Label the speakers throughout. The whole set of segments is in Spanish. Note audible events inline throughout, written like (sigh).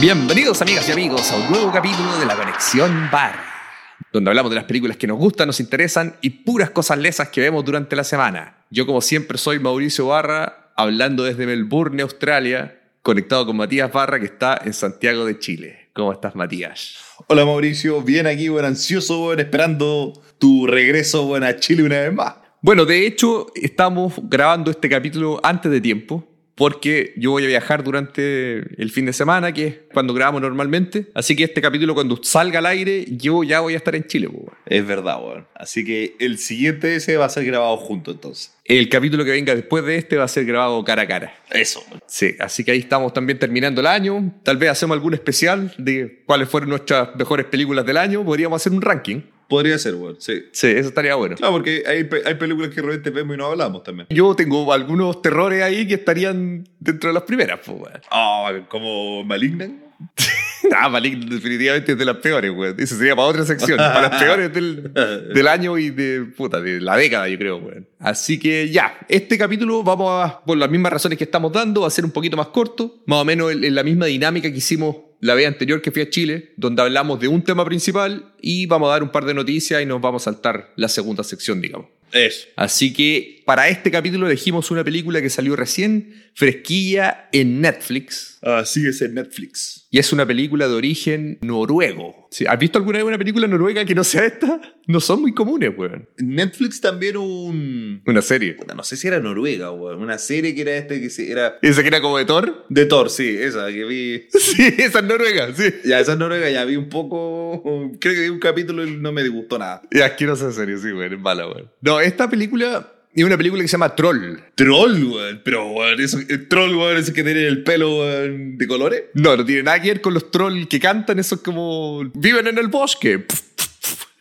Speaker 1: Bienvenidos amigas y amigos a un nuevo capítulo de La Conexión Bar, donde hablamos de las películas que nos gustan, nos interesan y puras cosas lesas que vemos durante la semana. Yo como siempre soy Mauricio Barra, hablando desde Melbourne, Australia, conectado con Matías Barra que está en Santiago de Chile. ¿Cómo estás Matías?
Speaker 2: Hola Mauricio, bien aquí, buen ansioso, buen esperando tu regreso, buen a Chile una vez más.
Speaker 1: Bueno, de hecho estamos grabando este capítulo antes de tiempo, porque yo voy a viajar durante el fin de semana, que es cuando grabamos normalmente. Así que este capítulo, cuando salga al aire, yo ya voy a estar en Chile. po, weón.
Speaker 2: Es verdad, weón. Así que el siguiente ese va a ser grabado junto entonces.
Speaker 1: El capítulo que venga después de este va a ser grabado cara a cara.
Speaker 2: Eso. weón.
Speaker 1: Sí, así que ahí estamos también terminando el año. Tal vez hacemos algún especial de cuáles fueron nuestras mejores películas del año. Podríamos hacer un ranking.
Speaker 2: Podría ser, weón, sí.
Speaker 1: Sí, eso estaría bueno.
Speaker 2: Claro, porque hay, pe- hay películas que de repente vemos y no hablamos también.
Speaker 1: Yo tengo algunos terrores ahí que estarían dentro de las primeras. po, weón.
Speaker 2: Ah, como malignan. (laughs)
Speaker 1: Ah, Malik definitivamente es de las peores, weón. Eso sería para otra sección, para las peores del, del año y de, puta, de la década, yo creo, weón. Así que ya, este capítulo vamos a, por las mismas razones que estamos dando, va a ser un poquito más corto, más o menos en en la misma dinámica que hicimos la vez anterior que fui a Chile, donde hablamos de un tema principal y vamos a dar un par de noticias y nos vamos a saltar la segunda sección, digamos.
Speaker 2: Eso.
Speaker 1: Así que para este capítulo elegimos una película que salió recién, fresquilla en Netflix.
Speaker 2: Así es en Ah, Netflix.
Speaker 1: Y es una película de origen noruego. Sí, ¿Has visto alguna vez una película noruega que no sea esta? No son muy comunes, weón.
Speaker 2: Netflix también un...
Speaker 1: Una serie.
Speaker 2: puta, No sé si era noruega, weón. Una serie que era este que se- era...
Speaker 1: ¿Esa que era como de Thor? (laughs)
Speaker 2: De Thor, sí, esa que vi...
Speaker 1: Sí, esa es noruega, sí.
Speaker 2: Ya, esa es noruega ya vi un poco... Creo que vi un capítulo y no me gustó nada.
Speaker 1: Y asquerosa serie, sí, weón. Es mala, weón. No, esta película es una película que se llama Troll.
Speaker 2: Troll, weón. Pero, weón, eso, el troll, weón, ese que tiene el pelo weón, de colores.
Speaker 1: No, no tiene nada que ver con los trolls que cantan, esos como... Viven en el bosque. Pff,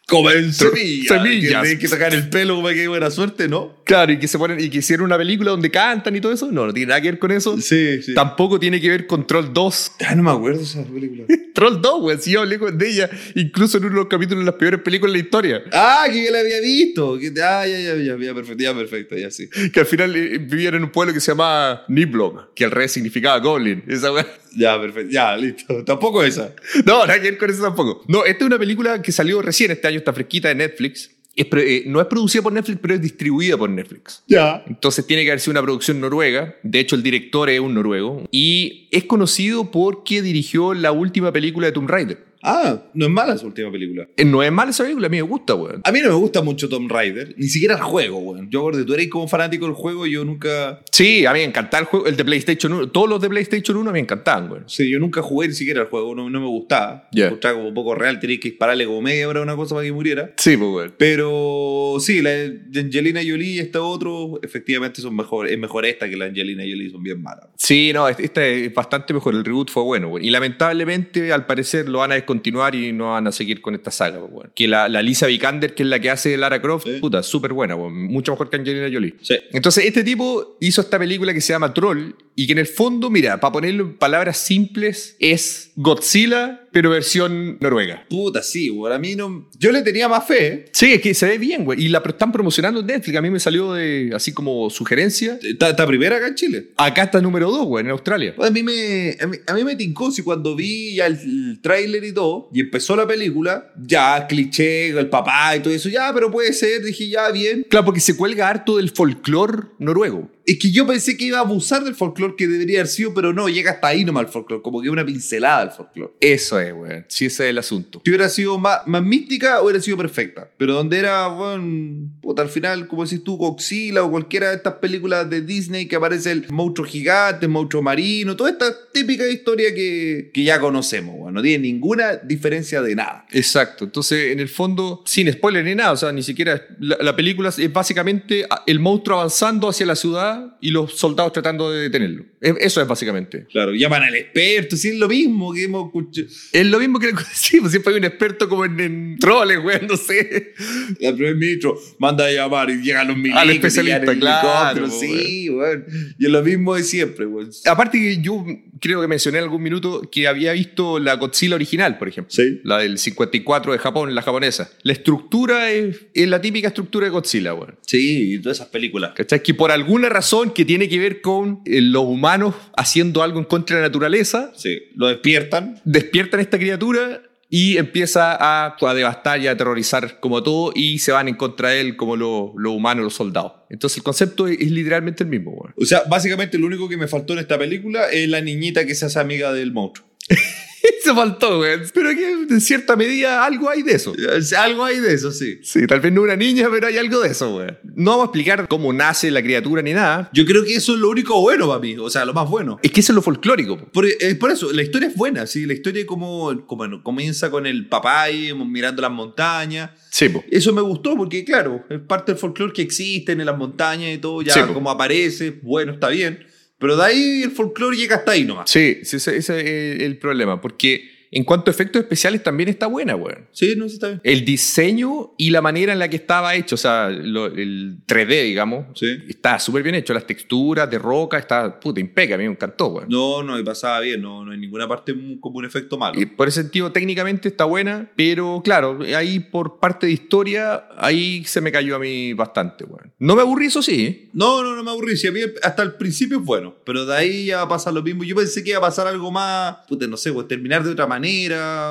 Speaker 2: Comen
Speaker 1: Tro-
Speaker 2: semillas.
Speaker 1: semillas.
Speaker 2: Que tienen que sacar el pelo para que buena suerte, ¿no?
Speaker 1: Claro, y que se ponen... Y que hicieron una película donde cantan y todo eso. No, no tiene nada que ver con eso.
Speaker 2: Sí, sí.
Speaker 1: Tampoco tiene que ver con Troll 2,
Speaker 2: Ah, no me acuerdo esa película.
Speaker 1: (laughs) Troll 2, weón. Si yo hablé con- de ella, incluso en uno de los capítulos de las peores películas de la historia.
Speaker 2: (laughs) ah, que yo la había visto. que- ah, ya, ya, ya, ya, perfecto, ya, perfecto, ya, sí.
Speaker 1: Que al final eh, vivían en un pueblo que se llamaba Niblog, que al revés significaba Goblin. Esa weá.
Speaker 2: Ya, perfecto, ya, listo. (laughs) Tampoco esa.
Speaker 1: (laughs) No, nada que ver con eso tampoco. No, esta es una película que salió recién este año, está fresquita de Netflix. Es pro- eh, no es producida por Netflix, pero es distribuida por Netflix.
Speaker 2: Ya.
Speaker 1: Entonces tiene que haber sido una producción noruega. De hecho, el director es un noruego. Y es conocido porque dirigió la última película de Tomb Raider.
Speaker 2: Ah, no es mala esa última película.
Speaker 1: Eh, No es mala esa película, a mí me gusta, weón.
Speaker 2: A mí no me gusta mucho Tomb Raider, ni siquiera el juego, weón. Yo, acuerdo, tú eres como fanático del juego, yo nunca.
Speaker 1: Sí, a mí me encantaba el juego, el de PlayStation 1. Todos los de PlayStation 1 me encantaban, güey.
Speaker 2: Sí, yo nunca jugué ni siquiera al juego, no, no me gustaba.
Speaker 1: Ya.
Speaker 2: Me gustaba como un poco real, tenías que dispararle como media hora a una cosa para que muriera.
Speaker 1: Sí, pues, güey.
Speaker 2: Pero sí, la de Angelina Jolie y esta otro, efectivamente son mejor, es mejor esta que la Angelina Jolie, son bien malas.
Speaker 1: Sí, no, este- este es bastante mejor. El reboot fue bueno, güey. Y lamentablemente, al parecer, lo van a descontinuar y no van a seguir con esta saga, pues, güey. Que la, la Lisa Vikander, que es la que hace Lara Croft,
Speaker 2: Sí.
Speaker 1: puta, súper buena, güey. Mucho mejor que Angelina Jolie.
Speaker 2: Sí.
Speaker 1: Entonces, este tipo hizo esta película que se llama Troll y que en el fondo, mira, para ponerlo en palabras simples, es Godzilla, pero versión noruega.
Speaker 2: Puta, sí, güey. A mí no. Yo le tenía más fe.
Speaker 1: Sí, es que se ve bien, güey. Y la pro- están promocionando en Netflix. A mí me salió de, así como sugerencia.
Speaker 2: Está, está primera acá en Chile.
Speaker 1: Acá está número 2, güey, en Australia.
Speaker 2: A mí me, a mí, a mí me tincó, si cuando vi ya el, el tráiler y todo, y empezó la película, ya cliché, el papá y todo eso, ya, pero puede ser, dije, ya, bien.
Speaker 1: Claro, porque se cuelga harto del folclore noruego.
Speaker 2: Es que yo pensé que iba a abusar del folclore que debería haber sido, pero no, llega hasta ahí nomás el folclore, como que una pincelada al folclore.
Speaker 1: Eso es, güey. Sí, ese es el asunto.
Speaker 2: Si hubiera sido más, más mística, hubiera sido perfecta. Pero donde era, bueno, puta, al final, como decís tú, Godzilla o cualquiera de estas películas de Disney que aparece el monstruo gigante, el monstruo marino, toda esta típica historia que, que ya conocemos, bueno, no tiene ninguna diferencia de nada.
Speaker 1: Exacto. Entonces, en el fondo, sin spoiler ni nada, o sea, ni siquiera la, la película es básicamente a- el monstruo avanzando hacia la ciudad y los soldados tratando de detenerlo. Es- Eso es básicamente.
Speaker 2: Claro, llaman al experto, si es lo mismo que hemos escuchado.
Speaker 1: Es lo mismo (laughs) que sí, pues siempre hay un experto como en, en troles, güey, no sé.
Speaker 2: El primer ministro manda manda a llamar y llegan los milicos.
Speaker 1: Al
Speaker 2: y
Speaker 1: especialista,
Speaker 2: llegan en
Speaker 1: claro, pues.
Speaker 2: helicóptero, Sí, weón. Y es lo mismo de siempre, pues. weón.
Speaker 1: Aparte que yo creo que mencioné en algún minuto que había visto la Godzilla original, por ejemplo.
Speaker 2: Sí.
Speaker 1: La del 54 de Japón, la japonesa. La estructura es, es la típica estructura de Godzilla, weón.
Speaker 2: Sí, y todas esas películas.
Speaker 1: ¿Cachai? Que por alguna razón que tiene que ver con eh, los humanos haciendo algo en contra de la naturaleza,
Speaker 2: Sí. Lo despiertan.
Speaker 1: despiertan a esta criatura y empieza a, a devastar y a aterrorizar como todo y se van en contra de él como los lo humanos, los soldados. Entonces el concepto es, es literalmente el mismo, weón. (laughs)
Speaker 2: O sea, básicamente lo único que me faltó en esta película es la niñita que se hace amiga del monstruo.
Speaker 1: Se faltó, weón. Pero que en cierta medida algo hay de eso.
Speaker 2: Algo hay de eso, sí.
Speaker 1: Sí, tal vez no una niña, pero hay algo de eso, weón. No vamos a explicar cómo nace la criatura ni nada.
Speaker 2: Yo creo que eso es lo único bueno para mí, o sea, lo más bueno.
Speaker 1: Es que eso es lo folclórico. po.
Speaker 2: Por, eh, por eso, la historia es buena, sí, la historia como, como comienza con el papá ahí mirando las montañas.
Speaker 1: Sí, po.
Speaker 2: Eso me gustó porque, claro, es parte del folclore que existe en las montañas y todo, ya
Speaker 1: Sí, po.
Speaker 2: como aparece, bueno, está bien. Pero de ahí el folclore llega hasta ahí nomás.
Speaker 1: Sí, sí, ese, ese es el problema. Porque en cuanto a efectos especiales también está buena, weón.
Speaker 2: Sí, no, sí, está bien.
Speaker 1: El diseño y la manera en la que estaba hecho, o sea, lo- el 3D, digamos,
Speaker 2: Sí.
Speaker 1: está súper bien hecho. Las texturas de roca, está puta impecable, a mí me encantó, weón.
Speaker 2: No, no, me pasaba bien, no, no hay ninguna parte mu- como un efecto malo.
Speaker 1: Y por ese sentido, técnicamente está buena, pero claro, ahí por parte de historia, ahí se me cayó a mí bastante, weón. No me aburrí, eso sí, ¿eh?
Speaker 2: No, no, no me aburrí. Si a mí hasta el principio es bueno, pero de ahí ya va a pasar lo mismo. Yo pensé que iba a pasar algo más, puta, no sé, weón, terminar de otra manera,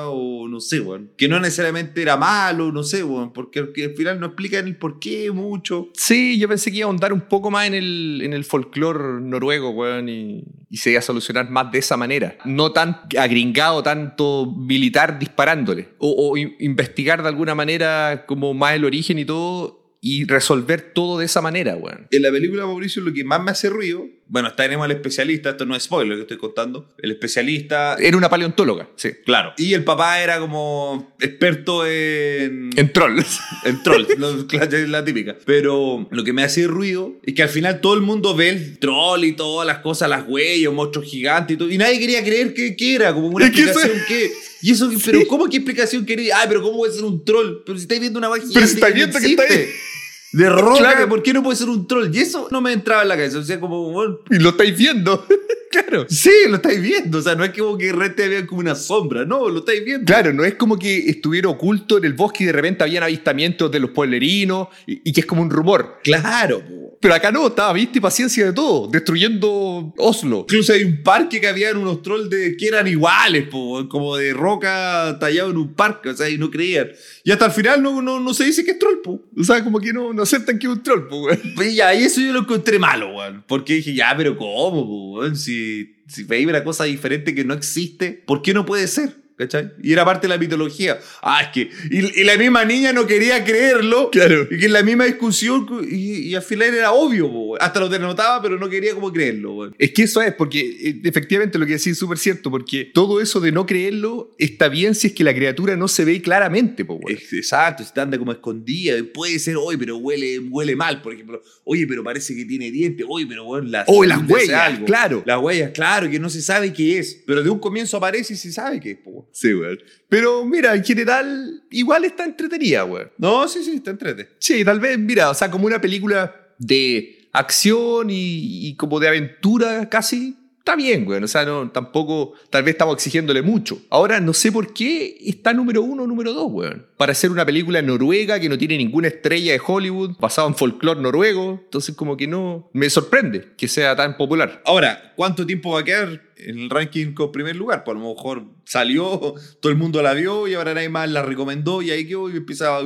Speaker 2: o no sé, weón. Que no necesariamente era malo, no sé, weón, porque al- que al final no explican el por qué mucho.
Speaker 1: Sí, yo pensé que iba a ahondar un poco más en el, en el folclore noruego, weón, y, y se iba a solucionar más de esa manera. No tan agringado, tanto militar disparándole. O, o in- investigar de alguna manera como más el origen y todo, y resolver todo de esa manera, weón.
Speaker 2: En la película, Mauricio, lo que más me hace ruido, bueno, está tenemos al especialista, esto no es spoiler que estoy contando, el especialista...
Speaker 1: Era una paleontóloga, sí.
Speaker 2: Claro. Y el papá era como experto en...
Speaker 1: En troll.
Speaker 2: El troll, no, (laughs) claro, es la típica. Pero lo que me hace ruido es que al final todo el mundo ve el troll y todas las cosas, las huellas, monstruos gigantes y todo. Y nadie quería creer que, que era, como una
Speaker 1: Es que eso-
Speaker 2: explicación que. Y eso, pero ¿cómo qué explicación quería? Ay, pero ¿cómo puede ser un troll? Pero si estáis viendo una vaina
Speaker 1: (laughs) Pero si
Speaker 2: gigante
Speaker 1: estáis viendo que está ahí.
Speaker 2: existe. De roca,
Speaker 1: Claro.
Speaker 2: ¿por qué no puede ser un troll? Y eso no me entraba en la cabeza. O sea, como, bueno,
Speaker 1: Y lo estáis viendo. (laughs) claro.
Speaker 2: sí, lo estáis viendo. O sea, no es que como que rete había como una sombra. No, lo estáis viendo.
Speaker 1: Claro, no es como que estuviera oculto en el bosque y de repente habían avistamientos de los pueblerinos y- y que es como un rumor.
Speaker 2: Claro, po.
Speaker 1: Pero acá no, estaba vista y paciencia de todo, destruyendo Oslo.
Speaker 2: Incluso hay un parque que habían unos trolls de, que eran iguales, po, como de roca tallado en un parque, o sea, y no creían. Y hasta el final no, no, no se dice que es troll, po.
Speaker 1: O sea, como que no, no aceptan que es un troll, pues, weón.
Speaker 2: Y ya, y eso yo lo encontré malo, weón. Porque dije, ya, pero ¿cómo, po, weón? Si, si veis una cosa diferente que no existe, ¿por qué no puede ser? ¿Cachai? Y era parte de la mitología. Ah, es que. Y, y la misma niña no quería creerlo.
Speaker 1: Claro.
Speaker 2: Y que en la misma discusión, y, y al final era obvio, po, weón. Hasta lo denotaba, pero no quería como creerlo, weón.
Speaker 1: Es que eso es, porque eh, efectivamente lo que decís es súper cierto, porque todo eso de no creerlo está bien si es que la criatura no se ve claramente, pues, weón.
Speaker 2: Ex- Exacto, si te anda como escondida. Puede ser, oye, pero huele, huele mal, por ejemplo. Oye, pero parece que tiene dientes. Oye, pero bueno, las,
Speaker 1: Oye, las
Speaker 2: hace
Speaker 1: huellas, claro.
Speaker 2: Las huellas, claro, que no se sabe qué es. Pero de un comienzo aparece y se sabe qué es, po, weón.
Speaker 1: Sí, weón. Pero mira, en general, igual está entretenida, weón.
Speaker 2: No, sí, sí, está entrete.
Speaker 1: Sí, tal vez, mira, o sea, como una película de acción y, y como de aventura casi, está bien, güey. O sea, no, tampoco, tal vez estamos exigiéndole mucho. Ahora, no sé por qué está número uno o número dos, güey. Para hacer una película noruega que no tiene ninguna estrella de Hollywood, basada en folclore noruego, entonces como que no, me sorprende que sea tan popular.
Speaker 2: Ahora, ¿cuánto tiempo va a quedar en el ranking con primer lugar? Pues a lo mejor salió, todo el mundo la vio y ahora nadie más la recomendó y ahí quedó y empieza a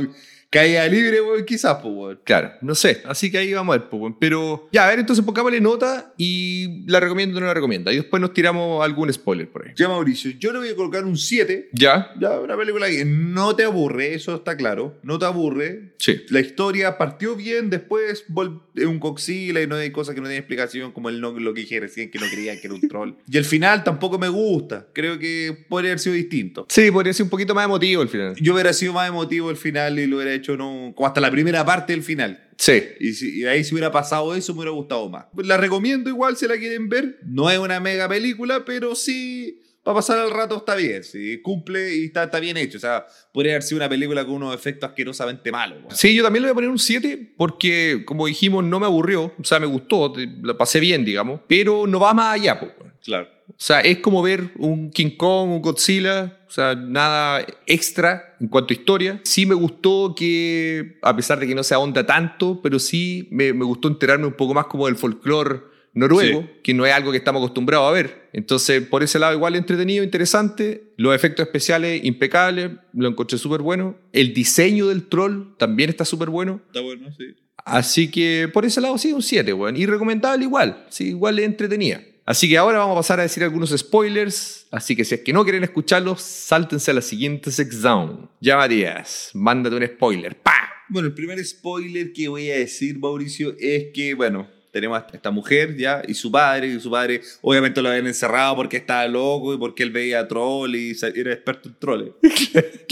Speaker 2: caída libre, weón, quizás, pues, weón.
Speaker 1: Claro, no sé, así que ahí vamos a ver, po, güey. pero ya, a ver, entonces pongámosle nota y la recomiendo o no la recomienda, y después nos tiramos algún spoiler por ahí.
Speaker 2: Ya, Mauricio, yo le voy a colocar un 7
Speaker 1: ¿Ya?
Speaker 2: Ya, una película que no te aburre, eso está claro. No te aburre.
Speaker 1: Sí.
Speaker 2: La historia partió bien, después vol- es un coxila y no hay cosas que no tienen explicación, como el no, lo que dije recién, que no creía que era un troll. Y el final tampoco me gusta. Creo que podría haber sido distinto.
Speaker 1: Sí, podría ser un poquito más emotivo al final.
Speaker 2: Yo hubiera sido más emotivo el final y lo hubiera hecho no, como hasta la primera parte del final.
Speaker 1: Sí.
Speaker 2: Y, si, y ahí si hubiera pasado eso me hubiera gustado más. La recomiendo igual si la quieren ver. No es una mega película, pero sí para pasar el rato está bien, sí, cumple y está, está bien hecho. O sea, podría haber sido una película con unos efectos asquerosamente malos. weón.
Speaker 1: Sí, yo también le voy a poner un 7 porque, como dijimos, no me aburrió, o sea, me gustó, te- la pasé bien, digamos, pero no va más allá. po, weón.
Speaker 2: Claro.
Speaker 1: O sea, es como ver un King Kong, un Godzilla, o sea, nada extra en cuanto a historia. Sí me gustó que, a pesar de que no se ahonda tanto, pero sí me, me gustó enterarme un poco más como del folclore noruego,
Speaker 2: Sí.
Speaker 1: que no es algo que estamos acostumbrados a ver. Entonces, por ese lado, igual entretenido, interesante. Los efectos especiales impecables, lo encontré súper bueno. El diseño del troll también está súper bueno.
Speaker 2: Está bueno, sí.
Speaker 1: Así que por ese lado sí, un 7, weón. Y recomendable igual, sí, igual le entretenía. Así que ahora vamos a pasar a decir algunos spoilers. Así que si es que no quieren escucharlos, sáltense a la siguiente sección. Ya Matías, mándate un spoiler. ¡Pa! (laughs)
Speaker 2: Bueno, el primer spoiler que voy a decir, Mauricio, es que, bueno, tenemos a esta mujer ya y su padre, y su padre obviamente lo habían encerrado porque estaba loco y porque él veía troll y sa- era experto en troles.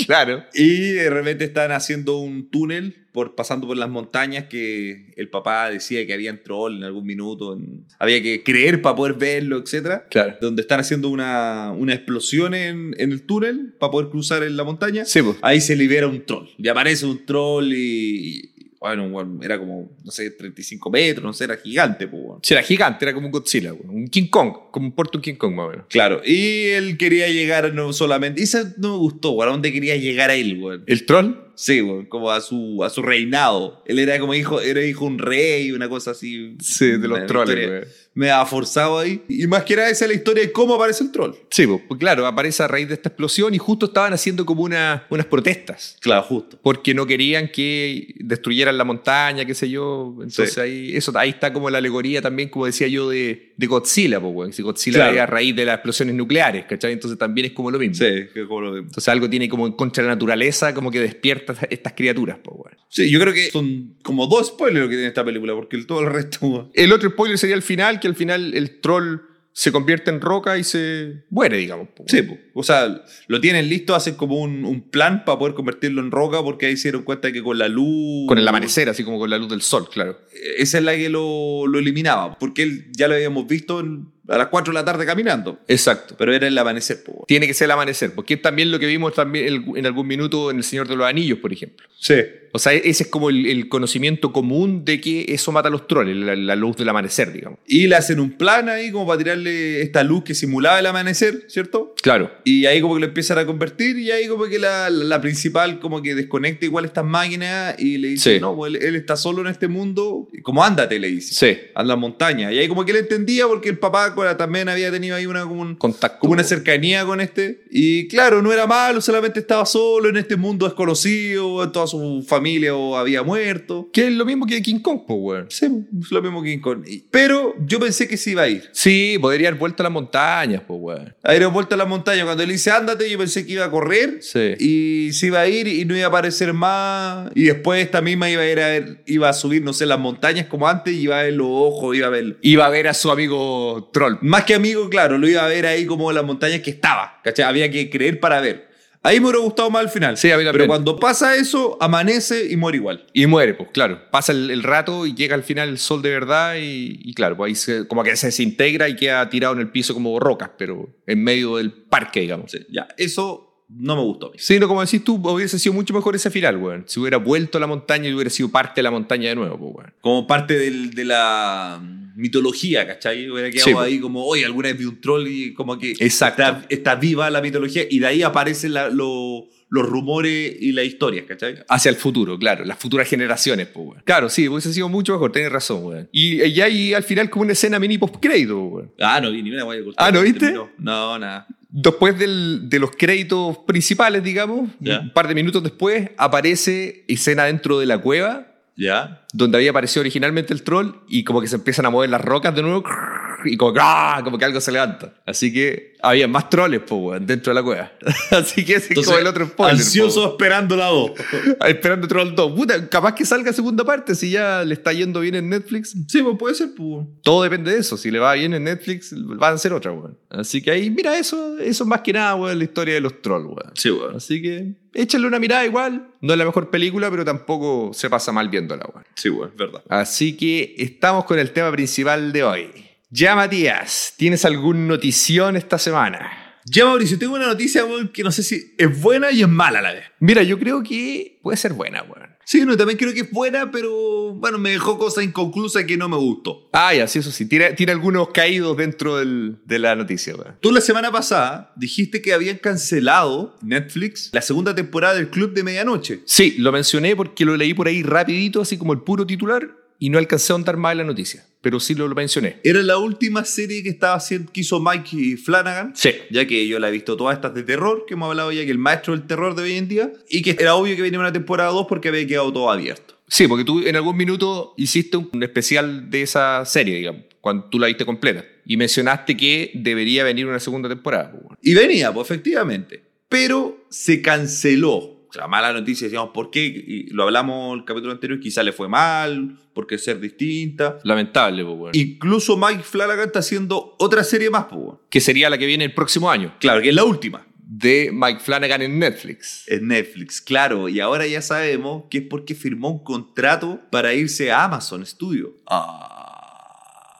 Speaker 1: Claro.
Speaker 2: Y de repente están haciendo un túnel por, pasando por las montañas que el papá decía que había troll en algún minuto, en- había que creer para poder verlo, etcétera.
Speaker 1: Claro.
Speaker 2: Donde están haciendo una, una explosión en, en el túnel para poder cruzar en la montaña.
Speaker 1: Sí, pues.
Speaker 2: Ahí se libera un troll. Y aparece un troll y. y, bueno, bueno, era como, no sé, 35 metros, no sé, era gigante, pues, bueno.
Speaker 1: Sí, era gigante, era como un Godzilla, weón. Un King Kong, como un puerto King Kong más o menos.
Speaker 2: Claro, y él quería llegar no solamente. Y eso no me gustó, güey. ¿A dónde quería llegar él, güey?
Speaker 1: ¿El troll?
Speaker 2: Sí, güey, como a su, a su reinado. Él era como hijo, era hijo de un rey, una cosa así.
Speaker 1: Sí, de los
Speaker 2: Una
Speaker 1: troles,
Speaker 2: historia
Speaker 1: weón.
Speaker 2: Me ha forzado ahí. Y más que nada, esa es la historia de cómo aparece el troll.
Speaker 1: Sí, pues, pues, claro, aparece a raíz de esta explosión y justo estaban haciendo como una- unas protestas.
Speaker 2: Claro, justo.
Speaker 1: porque no querían que destruyeran la montaña, qué sé yo. Entonces
Speaker 2: Sí.
Speaker 1: ahí, eso, ahí está como la alegoría también, como decía yo, de, de Godzilla, pues, weón. Si Godzilla
Speaker 2: Claro.
Speaker 1: es a raíz de las explosiones nucleares, ¿cachai? Entonces también es como lo mismo.
Speaker 2: Sí, que como lo
Speaker 1: Entonces algo tiene como en contra de la naturaleza, como que despierta a estas criaturas, pues, weón.
Speaker 2: Sí, yo creo que son como dos spoilers lo que tiene esta película, porque el- todo el resto. güey.
Speaker 1: El otro spoiler sería el final, que al final el troll se convierte en roca y se muere, digamos. pues,
Speaker 2: Sí,
Speaker 1: weón.
Speaker 2: po. o sea, lo tienen listo, hacen como un, un plan para poder convertirlo en roca, porque ahí se dieron cuenta que con la luz. e-,
Speaker 1: Con el amanecer, así como con la luz del sol, claro.
Speaker 2: Esa es la que lo, lo eliminaba, porque él ya lo habíamos visto en- a las 4 de la tarde caminando,
Speaker 1: Exacto.
Speaker 2: pero era el amanecer, po.
Speaker 1: Tiene que ser el amanecer, porque también lo que vimos también el- en algún minuto en El Señor de los Anillos, por ejemplo.
Speaker 2: Sí.
Speaker 1: O sea, ese es como el, el conocimiento común de que eso mata a los troles, la, la luz del amanecer, digamos.
Speaker 2: Y le hacen un plan ahí como para tirarle esta luz que simulaba el amanecer, ¿cierto?
Speaker 1: Claro.
Speaker 2: Y ahí como que lo empiezan a convertir y ahí como que la, la- la principal como que desconecta igual estas máquinas y le dice,
Speaker 1: Sí.
Speaker 2: no, pues él, él está solo en este mundo, como ándate, le dice.
Speaker 1: Sí.
Speaker 2: a la montaña. Y ahí como que él entendía porque el papá con la- también había tenido ahí una, como, un-
Speaker 1: Contacto.
Speaker 2: como una cercanía con este. Y claro, no era malo, solamente estaba solo en este mundo desconocido, toda su familia o había muerto.
Speaker 1: Que es lo mismo que King Kong, pues, weón.
Speaker 2: Sí, es lo mismo que con... Pero yo pensé que sí iba a ir.
Speaker 1: Sí, podría haber vuelto a las montañas, pues, weón.
Speaker 2: A ir de vuelta a la montaña. Cuando él dice ándate, yo pensé que iba a correr.
Speaker 1: Sí.
Speaker 2: Y se iba a ir y no iba a aparecer más. Y después esta misma iba a ir a ver, iba a subir, no sé, las montañas como antes, y iba a ver los ojos, iba a ver
Speaker 1: Iba a ver a su amigo troll.
Speaker 2: Más que amigo, claro, lo iba a ver ahí como en las montañas que estaba, ¿cachai? Había que creer para ver. Ahí me hubiera gustado más al final.
Speaker 1: Sí, a mí también.
Speaker 2: Pero cuando pasa eso, amanece y muere igual.
Speaker 1: Y muere, pues, claro. Pasa el, el rato y llega al final el sol de verdad y, y claro, pues ahí se- como que se desintegra y queda tirado en el piso como rocas, pero en medio del parque, digamos.
Speaker 2: Sí, ya, eso no me gustó. a mí.
Speaker 1: Sí, no, como decís tú, hubiese sido mucho mejor ese final, weón. Si hubiera vuelto a la montaña y hubiera sido parte de la montaña de nuevo, pues, weón.
Speaker 2: Como parte del- de la mm, mitología, ¿cachai? Hubiera quedado
Speaker 1: Sí, po.
Speaker 2: ahí como, oye, alguna vez vi un troll y como que
Speaker 1: Exacto.
Speaker 2: está, está viva la mitología y de ahí aparecen la- lo- los rumores y las historias, ¿cachai?
Speaker 1: Hacia el futuro, claro, las futuras generaciones, pues, weón. Claro, sí, hubiese sido mucho mejor, tenés razón, weón. Y, y hay al final como una escena mini post-crédito, weón.
Speaker 2: Ah, no vi ni una guay
Speaker 1: Ah, ¿no viste?
Speaker 2: No, nada.
Speaker 1: Después del- de los créditos principales, digamos,
Speaker 2: Ya.
Speaker 1: un par de minutos después, aparece escena dentro de la cueva,
Speaker 2: ¿Ya?
Speaker 1: donde había aparecido originalmente el troll, y como que se empiezan a mover las rocas de nuevo, y como que, ¡ah! como que algo se levanta. Así que había más troles, pues, weón, dentro de la cueva. (laughs) Así que ese es como el otro spoiler. po,
Speaker 2: ansioso esperando la 2.
Speaker 1: (laughs) Esperando Troll 2. Puta, capaz que salga segunda parte si ya le está yendo bien en Netflix.
Speaker 2: Sí, pues puede ser, pues.
Speaker 1: Todo depende de eso. Si le va bien en Netflix, van a ser otra, weón. Así que ahí, mira, eso, eso es más que nada, weón, la historia de los trolls, weón.
Speaker 2: Sí, weón.
Speaker 1: Así que échale una mirada igual. No es la mejor película, pero tampoco se pasa mal viéndola, weón.
Speaker 2: Sí, weón, es verdad.
Speaker 1: Así que estamos con el tema principal de hoy. Ya, Matías, ¿tienes algún notición esta semana?
Speaker 2: Ya, Mauricio, tengo una noticia, weón, que no sé si es buena y es mala a la vez.
Speaker 1: Mira, yo creo que puede ser buena, weón.
Speaker 2: Sí, no, también creo que es buena, pero bueno, me dejó cosas inconclusas que no me gustó.
Speaker 1: Ah, ya, sí, eso sí. Tiene, tiene algunos caídos dentro del- de la noticia, weón.
Speaker 2: Tú la semana pasada dijiste que habían cancelado Netflix la segunda temporada del Club de Medianoche.
Speaker 1: Sí, lo mencioné porque lo leí por ahí rapidito, así como el puro titular, y no alcancé a ahondar más en la noticia. Pero sí lo, lo mencioné.
Speaker 2: Era la última serie que estaba haciendo, que hizo Mike Flanagan.
Speaker 1: Sí.
Speaker 2: Ya que yo la he visto todas estas de terror, que hemos hablado ya que el maestro del terror de hoy en día, y que era obvio que venía una temporada 2 porque había quedado todo abierto.
Speaker 1: Sí, porque tú en algún minuto hiciste un un especial de esa serie, digamos, cuando tú la viste completa. Y mencionaste que debería venir una segunda temporada. weón.
Speaker 2: Y venía, pues efectivamente. Pero se canceló. La mala noticia, decíamos, ¿por qué? Y lo hablamos el capítulo anterior, quizá le fue mal, porque ser distinta.
Speaker 1: Lamentable, pues, weón.
Speaker 2: Incluso Mike Flanagan está haciendo otra serie más, pues. bueno.
Speaker 1: que sería la que viene el próximo año,
Speaker 2: Claro, que es la última.
Speaker 1: de Mike Flanagan en Netflix.
Speaker 2: En Netflix, claro. Y ahora ya sabemos que es porque firmó un contrato para irse a Amazon Studio.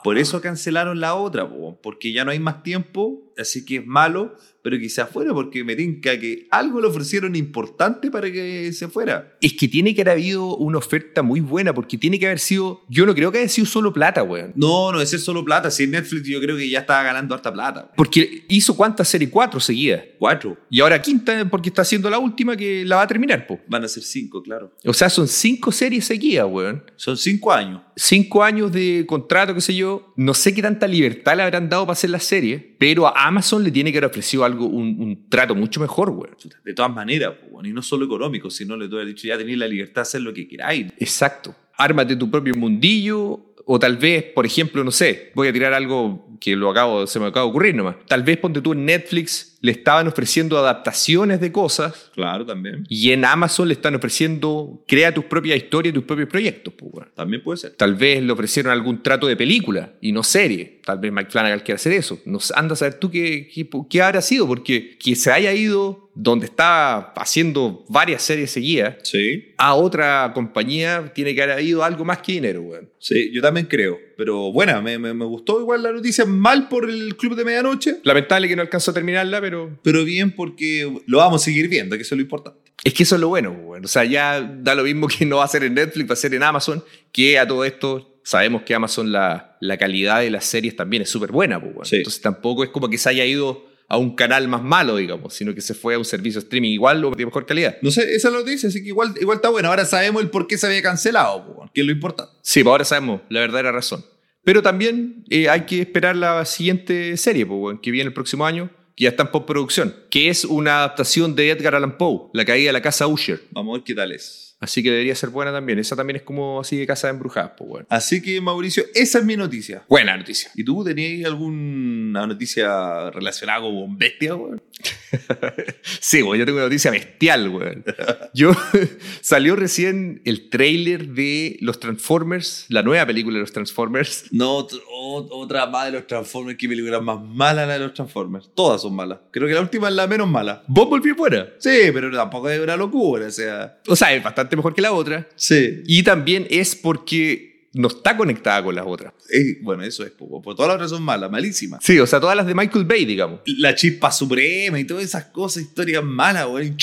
Speaker 2: Por eso cancelaron la otra, po, porque ya no hay más tiempo, así que es malo, pero quizás fuera porque me tinca que algo le ofrecieron importante para que se fuera.
Speaker 1: Es que tiene que haber habido una oferta muy buena, porque tiene que haber sido. Yo no creo que haya sido solo plata, weón.
Speaker 2: No, no es ser solo plata, si es Netflix yo creo que ya estaba ganando harta plata.
Speaker 1: Porque hizo cuántas series, cuatro seguidas.
Speaker 2: Cuatro,
Speaker 1: Y ahora quinta, porque está haciendo la última que la va a terminar, po.
Speaker 2: van a ser cinco, claro.
Speaker 1: O sea, son cinco series seguidas, weón.
Speaker 2: Son cinco años.
Speaker 1: Cinco años de contrato, qué sé yo. No sé qué tanta libertad le habrán dado para hacer la serie, pero a Amazon le tiene que haber ofrecido algo, un, un trato mucho mejor, weón.
Speaker 2: Chuta, De todas maneras, po, bueno, y no solo económico, sino le hubiera dicho ya tenéis la libertad de hacer lo que queráis.
Speaker 1: Exacto. Ármate tu propio mundillo. O tal vez, por ejemplo, no sé, voy a tirar algo que lo acabo, se me acaba de ocurrir nomás. Tal vez ponte tú en Netflix le estaban ofreciendo adaptaciones de cosas
Speaker 2: Claro, también.
Speaker 1: y en Amazon le están ofreciendo crea tus propias historias, tus propios proyectos. pues, weón.
Speaker 2: También puede ser.
Speaker 1: Tal vez le ofrecieron algún trato de película y no serie. Tal vez Mike Flanagan quiera hacer eso. Nos anda a saber tú qué, qué, qué habrá sido, porque que se haya ido donde está haciendo varias series seguidas
Speaker 2: Sí.
Speaker 1: a otra compañía tiene que haber ido algo más que dinero, weón.
Speaker 2: Sí, yo también creo. Pero bueno, me, me- me gustó igual la noticia, mal por el club de medianoche,
Speaker 1: Lamentable que no alcanzó a terminarla, pero
Speaker 2: pero bien porque lo vamos a seguir viendo, que eso es lo importante.
Speaker 1: es que eso es lo bueno, pues, weón. O sea, ya da lo mismo (laughs) que no va a ser en Netflix, va a ser en Amazon, que a todo esto sabemos que Amazon la, la calidad de las series también es súper buena, pues, weón.
Speaker 2: Sí.
Speaker 1: Entonces tampoco es como que se haya ido a un canal más malo, digamos, sino que se fue a un servicio streaming igual o de mejor calidad.
Speaker 2: No sé, esa es la noticia, así que igual, igual está bueno. Ahora sabemos el por qué se había cancelado, po, que es lo importante.
Speaker 1: Sí, pues ahora sabemos la verdadera razón. Pero también eh, hay que esperar la siguiente serie, pues, weón, que viene el próximo año, que ya está en postproducción, que es una adaptación de Edgar Allan Poe, La caída de la casa Usher.
Speaker 2: Vamos a ver qué tal es.
Speaker 1: Así que debería ser buena también. Esa también es como así de casa embrujada, pues, weón.
Speaker 2: Así que, Mauricio, esa es mi noticia.
Speaker 1: Buena noticia.
Speaker 2: ¿Y tú tenías alguna noticia relacionada con Bombestia, weón?
Speaker 1: Sí, weón, yo tengo una noticia bestial, weón. Yo, (laughs) salió recién el tráiler de Los Transformers, la nueva película de Los Transformers.
Speaker 2: No, ot- o- otra más de los Transformers. ¿Qué película más mala la de los Transformers? Todas son malas. Creo que la última es la menos mala.
Speaker 1: Bumblebee es buena.
Speaker 2: Sí, pero tampoco es una locura, o sea.
Speaker 1: O sea, es bastante mejor que la otra.
Speaker 2: Sí.
Speaker 1: Y también es porque no está conectada con las otras.
Speaker 2: Eh, bueno, eso es poco. Por todas las otras son malas, malísimas.
Speaker 1: Sí, o sea, todas las de Michael Bay, digamos.
Speaker 2: La chispa suprema y todas esas cosas, historias malas, güey.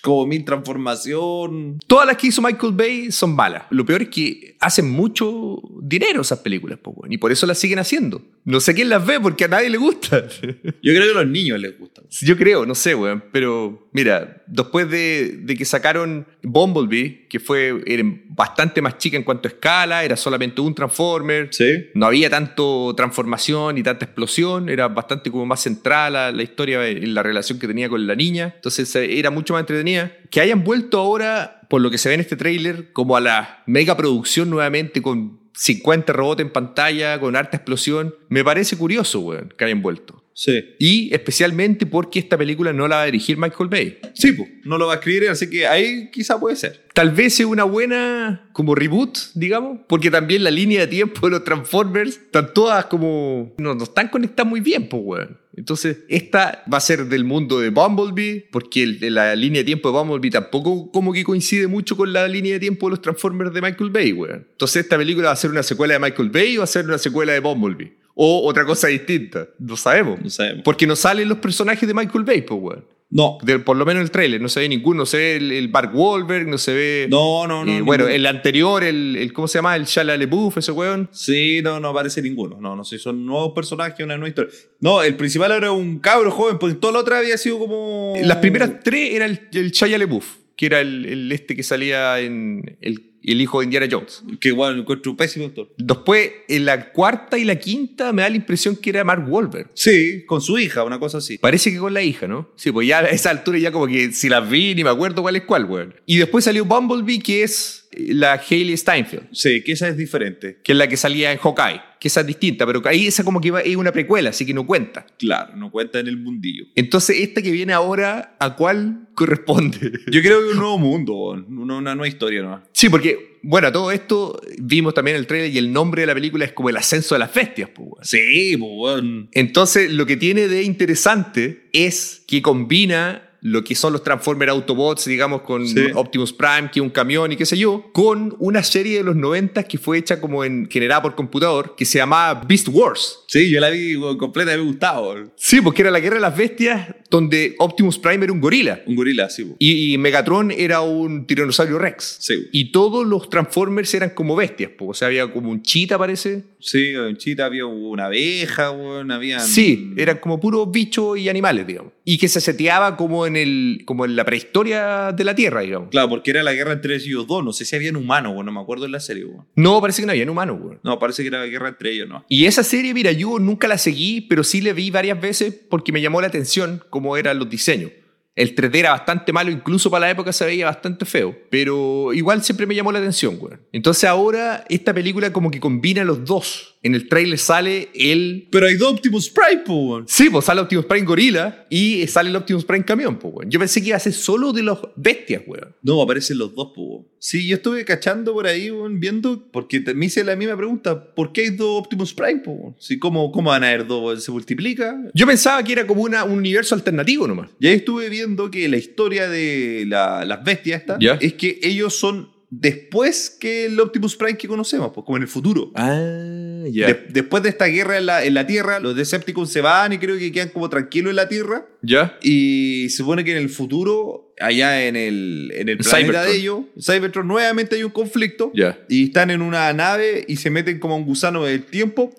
Speaker 2: Como mil transformación.
Speaker 1: Todas las que hizo Michael Bay son malas. Lo peor es que hacen mucho dinero esas películas, po, weón, y por eso las siguen haciendo. No sé quién las ve porque a nadie le gusta. (laughs)
Speaker 2: Yo creo que a los niños les gusta.
Speaker 1: Yo creo, no sé, weón, pero mira, después de, de que sacaron Bumblebee, que fue era bastante más chica en cuanto a escala, era solamente un Transformer,
Speaker 2: Sí.
Speaker 1: no había tanto transformación y tanta explosión, era bastante como más central la, la historia en la relación que tenía con la niña, entonces eh, era mucho más entretenida. Que hayan vuelto ahora, por lo que se ve en este tráiler, como a la mega producción nuevamente con 50 robots en pantalla, con harta explosión, me parece curioso, weón, que hayan vuelto.
Speaker 2: Sí.
Speaker 1: Y especialmente porque esta película no la va a dirigir Michael Bay.
Speaker 2: Sí, pues. No lo va a escribir, él, así que ahí quizá puede ser.
Speaker 1: Tal vez sea una buena como reboot, digamos, porque también la línea de tiempo de los Transformers están todas como... No, no están conectadas muy bien, pues, weón. Entonces, esta va a ser del mundo de Bumblebee, porque el- la línea de tiempo de Bumblebee tampoco como que coincide mucho con la línea de tiempo de los Transformers de Michael Bay, weón. Entonces, esta película va a ser una secuela de Michael Bay o va a ser una secuela de Bumblebee. O otra cosa distinta. No sabemos.
Speaker 2: No sabemos.
Speaker 1: Porque no salen los personajes de Michael Bay, pues, weón.
Speaker 2: No.
Speaker 1: Del- por lo menos en el trailer, no se ve ninguno. No se ve el, el Mark Wahlberg, no se ve.
Speaker 2: No, no, no.
Speaker 1: Eh, bueno,
Speaker 2: ninguno.
Speaker 1: el anterior, el, el- ¿Cómo se llama? El Shia LaBeouf, ese weón.
Speaker 2: Sí, no, no aparece ninguno. No, no sé, son nuevos personajes, una nueva historia. No, el principal era un cabro joven, pues porque toda la otra había sido como.
Speaker 1: Las primeras tres era el, el Shia LaBeouf, que era el, el este que salía en. El, el hijo de Indiana Jones.
Speaker 2: Que igual encuentro un pésimo actor.
Speaker 1: Después, en la cuarta y la quinta, me da la impresión que era Mark Wahlberg.
Speaker 2: Sí, con su hija, una cosa así.
Speaker 1: Parece que con la hija, ¿no? Sí, pues ya a esa altura ya como que si las vi ni me acuerdo cuál es cuál, weón. Y después salió Bumblebee, que es eh, la Hailey Steinfeld,
Speaker 2: Sí, que esa es diferente.
Speaker 1: que es la que salía en Hawkeye, que esa es distinta, pero ahí esa como que iba- es una precuela, así que no cuenta.
Speaker 2: Claro, no cuenta en el mundillo.
Speaker 1: Entonces, esta que viene ahora, ¿a cuál corresponde? (laughs)
Speaker 2: Yo creo que un nuevo mundo, una, una nueva historia nomás.
Speaker 1: Sí, porque, bueno, a todo esto vimos también el trailer y el nombre de la película es como El ascenso de las bestias, pues, weón.
Speaker 2: Sí, pues, weón.
Speaker 1: Entonces, lo que tiene de interesante es que combina lo que son los Transformers Autobots, digamos, con
Speaker 2: Sí.
Speaker 1: Optimus Prime, que es un camión y qué sé yo, con una serie de los 90 que fue hecha como en, generada por computador, que se llamaba Beast Wars.
Speaker 2: Sí, yo la vi weón, completa, me gustaba. weón.
Speaker 1: Sí, porque era la guerra de las bestias donde Optimus Prime era un gorila
Speaker 2: Un gorila, sí, pues.
Speaker 1: y, y Megatron era un tiranosaurio Rex.
Speaker 2: Sí,
Speaker 1: Y todos los Transformers eran como bestias, po. o sea, había como un chita, parece.
Speaker 2: sí, en Chita había una abeja, weón, había.
Speaker 1: Sí,
Speaker 2: mm.
Speaker 1: eran como puros bichos y animales, digamos. Y que se seteaba como en, el, como en la prehistoria de la Tierra, digamos.
Speaker 2: Claro, porque era la guerra entre ellos dos. No sé si habían humanos, weón, no me acuerdo en la serie, weón.
Speaker 1: No, parece que no habían humanos, güey.
Speaker 2: No, parece que era la guerra entre ellos, no.
Speaker 1: Y esa serie, mira, yo nunca la seguí, pero sí la vi varias veces porque me llamó la atención cómo eran los diseños. El 3D era bastante malo, incluso para la época se veía bastante feo, pero igual siempre me llamó la atención, güey. Entonces ahora esta película como que combina los dos. En el trailer sale el
Speaker 2: Pero hay dos Optimus Prime, po, weón.
Speaker 1: Sí, pues sale Optimus Prime gorila y sale el Optimus Prime camión, pues, weón. Yo pensé que iba a ser solo de los bestias, weón.
Speaker 2: No, aparecen los dos, po, weón. Sí, yo estuve cachando por ahí, weón, viendo, porque te- me hice la misma pregunta. ¿Por qué hay dos Optimus Prime, po, weón? Sí, ¿cómo, ¿Cómo van a haber dos? weón? ¿Se multiplica?
Speaker 1: Yo pensaba que era como una, un universo alternativo nomás.
Speaker 2: Y ahí estuve viendo que la historia de la- las bestias esta
Speaker 1: Ya.
Speaker 2: es que ellos son después que el Optimus Prime que conocemos, pues como en el futuro.
Speaker 1: Ah, ya.
Speaker 2: De- después de esta guerra en la, en la Tierra, los Decepticons se van y creo que quedan como tranquilos en la Tierra.
Speaker 1: ¿Ya?
Speaker 2: Y se supone que en el futuro, allá en el, en el planeta
Speaker 1: Cybertron.
Speaker 2: de ellos, Cybertron nuevamente hay un conflicto.
Speaker 1: Ya.
Speaker 2: Y están en una nave y se meten como a un gusano del tiempo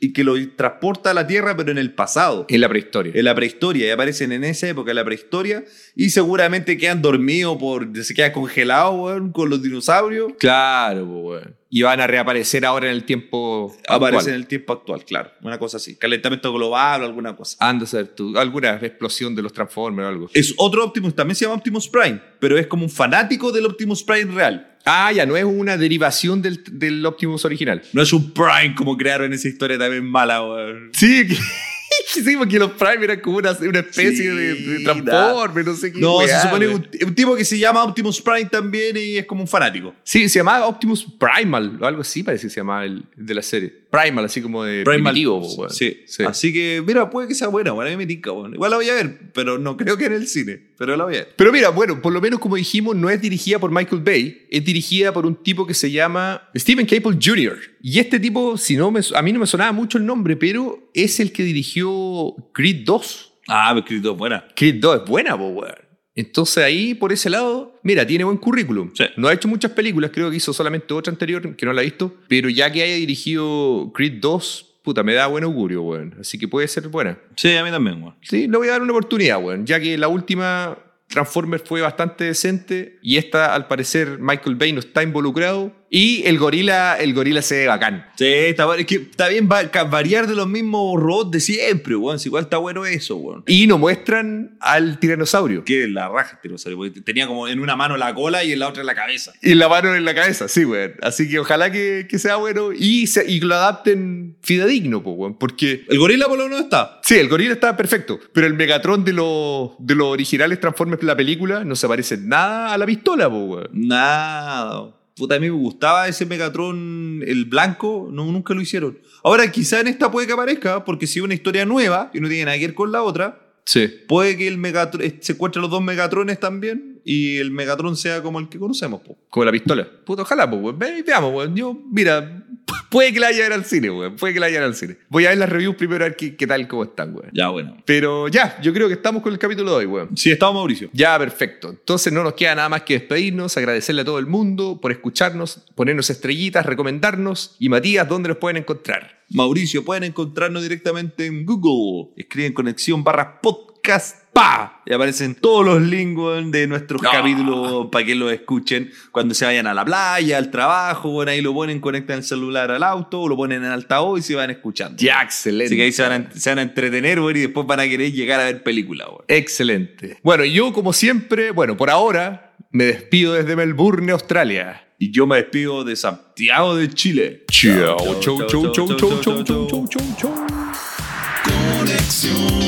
Speaker 2: y que lo transporta a la Tierra, pero en el pasado
Speaker 1: En la prehistoria.
Speaker 2: en la prehistoria y aparecen en esa época en la prehistoria y seguramente quedan dormidos por se quedan congelados weón, con los dinosaurios
Speaker 1: Claro, pues, weón. Y van a reaparecer ahora en el tiempo.
Speaker 2: aparecen en
Speaker 1: actual.
Speaker 2: el tiempo actual claro una cosa así calentamiento global o alguna cosa
Speaker 1: Anda a saber tú, alguna explosión de los Transformers o algo.
Speaker 2: es otro Optimus también se llama Optimus Prime pero es como un fanático del Optimus Prime real
Speaker 1: Ah, ya, no es una derivación del, del Optimus original.
Speaker 2: no es un Prime como crearon en esa historia también mala weón.
Speaker 1: Sí, (laughs) sí, porque los Prime eran como una, una especie
Speaker 2: Sí,
Speaker 1: de, de
Speaker 2: da.
Speaker 1: Transformers, no sé qué.
Speaker 2: no
Speaker 1: weá,
Speaker 2: se supone que
Speaker 1: weón.
Speaker 2: un, un tipo que se llama Optimus Prime también y es como un fanático
Speaker 1: Sí, se llamaba Optimus Primal, o algo así parece que se llamaba el de la serie. Primal, así como de primitivo. po, weón.
Speaker 2: Sí,
Speaker 1: sí.
Speaker 2: Así que, mira, puede que sea buena, bueno, a mí me tinca, bueno. Igual la voy a ver, pero no creo que en el cine, pero la voy a ver.
Speaker 1: Pero mira, bueno, por lo menos como dijimos, no es dirigida por Michael Bay, es dirigida por un tipo que se llama Stephen Caple Jr. Y este tipo, si no me, a mí no me sonaba mucho el nombre, pero es el que dirigió Creed 2.
Speaker 2: Ah, me escrito buena.
Speaker 1: Creed 2 es buena, po, weón. Entonces ahí, por ese lado, mira, tiene buen currículum.
Speaker 2: Sí.
Speaker 1: No ha hecho muchas películas, creo que hizo solamente otra anterior, que no la he visto. Pero ya que haya dirigido Creed 2, puta, me da buen augurio, weón. Así que puede ser buena.
Speaker 2: Sí, a mí también, bueno.
Speaker 1: Sí, le voy a dar una oportunidad, weón. Ya que la última Transformers fue bastante decente y esta, al parecer, Michael Bay no está involucrado. Y el gorila, el gorila se ve bacán.
Speaker 2: Sí, está bueno. Es que está bien va- ca- variar de los mismos robots de siempre, weón. Si igual está bueno eso, weón.
Speaker 1: Y nos muestran al tiranosaurio.
Speaker 2: Que la raja, te lo salió, porque tenía como en una mano la cola y en la otra la cabeza.
Speaker 1: Y la mano en la cabeza, sí, weón. Así que ojalá que, que sea bueno y, se- y lo adapten fidedigno, po, weón. Porque,
Speaker 2: El gorila por lo menos está.
Speaker 1: sí, el gorila está perfecto, pero el Megatron de, los de los originales Transformers de la película no se parece en nada a la pistola, po, weón.
Speaker 2: Nada. Puta, a mí me gustaba ese Megatron, el blanco, no, nunca lo hicieron. Ahora, quizá en esta puede que aparezca, porque si es una historia nueva y no tiene nada que ver con la otra,
Speaker 1: Sí.
Speaker 2: Puede que el Megatron se encuentren los dos Megatrones también y el Megatron sea como el que conocemos. po.
Speaker 1: Como la pistola. Puto, ojalá, pues, weón. Ve- Veamos, weón. Yo, mira, (laughs) puede que la haya ir al cine, weón. Puede que la haya ir al cine. Voy a ver las reviews primero a ver qué, qué tal, cómo están, weón.
Speaker 2: Ya, bueno.
Speaker 1: Pero ya, yo creo que estamos con el capítulo de hoy, weón.
Speaker 2: Sí, estaba Mauricio.
Speaker 1: Ya, perfecto. Entonces no nos queda nada más que despedirnos, agradecerle a todo el mundo por escucharnos, ponernos estrellitas, recomendarnos. Y Matías, ¿dónde nos pueden encontrar?
Speaker 2: Mauricio, pueden encontrarnos directamente en Google. Escriben conexión barra podcast. ¡Pa! Y aparecen todos los links weón, de nuestros
Speaker 1: Ah.
Speaker 2: capítulos para que los escuchen cuando se vayan a la playa, al trabajo. Bueno, ahí lo ponen, conectan el celular al auto, o lo ponen en altavoz y se van escuchando.
Speaker 1: Ya, excelente.
Speaker 2: Así que ahí se van, a, se van a entretener, weón, y después van a querer llegar a ver películas, weón.
Speaker 1: Excelente. Bueno, y yo como siempre, bueno, por ahora me despido desde Melbourne, Australia.
Speaker 2: Y yo me despido de Santiago de Chile.
Speaker 1: Chao, chau, chau, chau, chau, chau, chau, chau, chau, chau.
Speaker 3: Conexión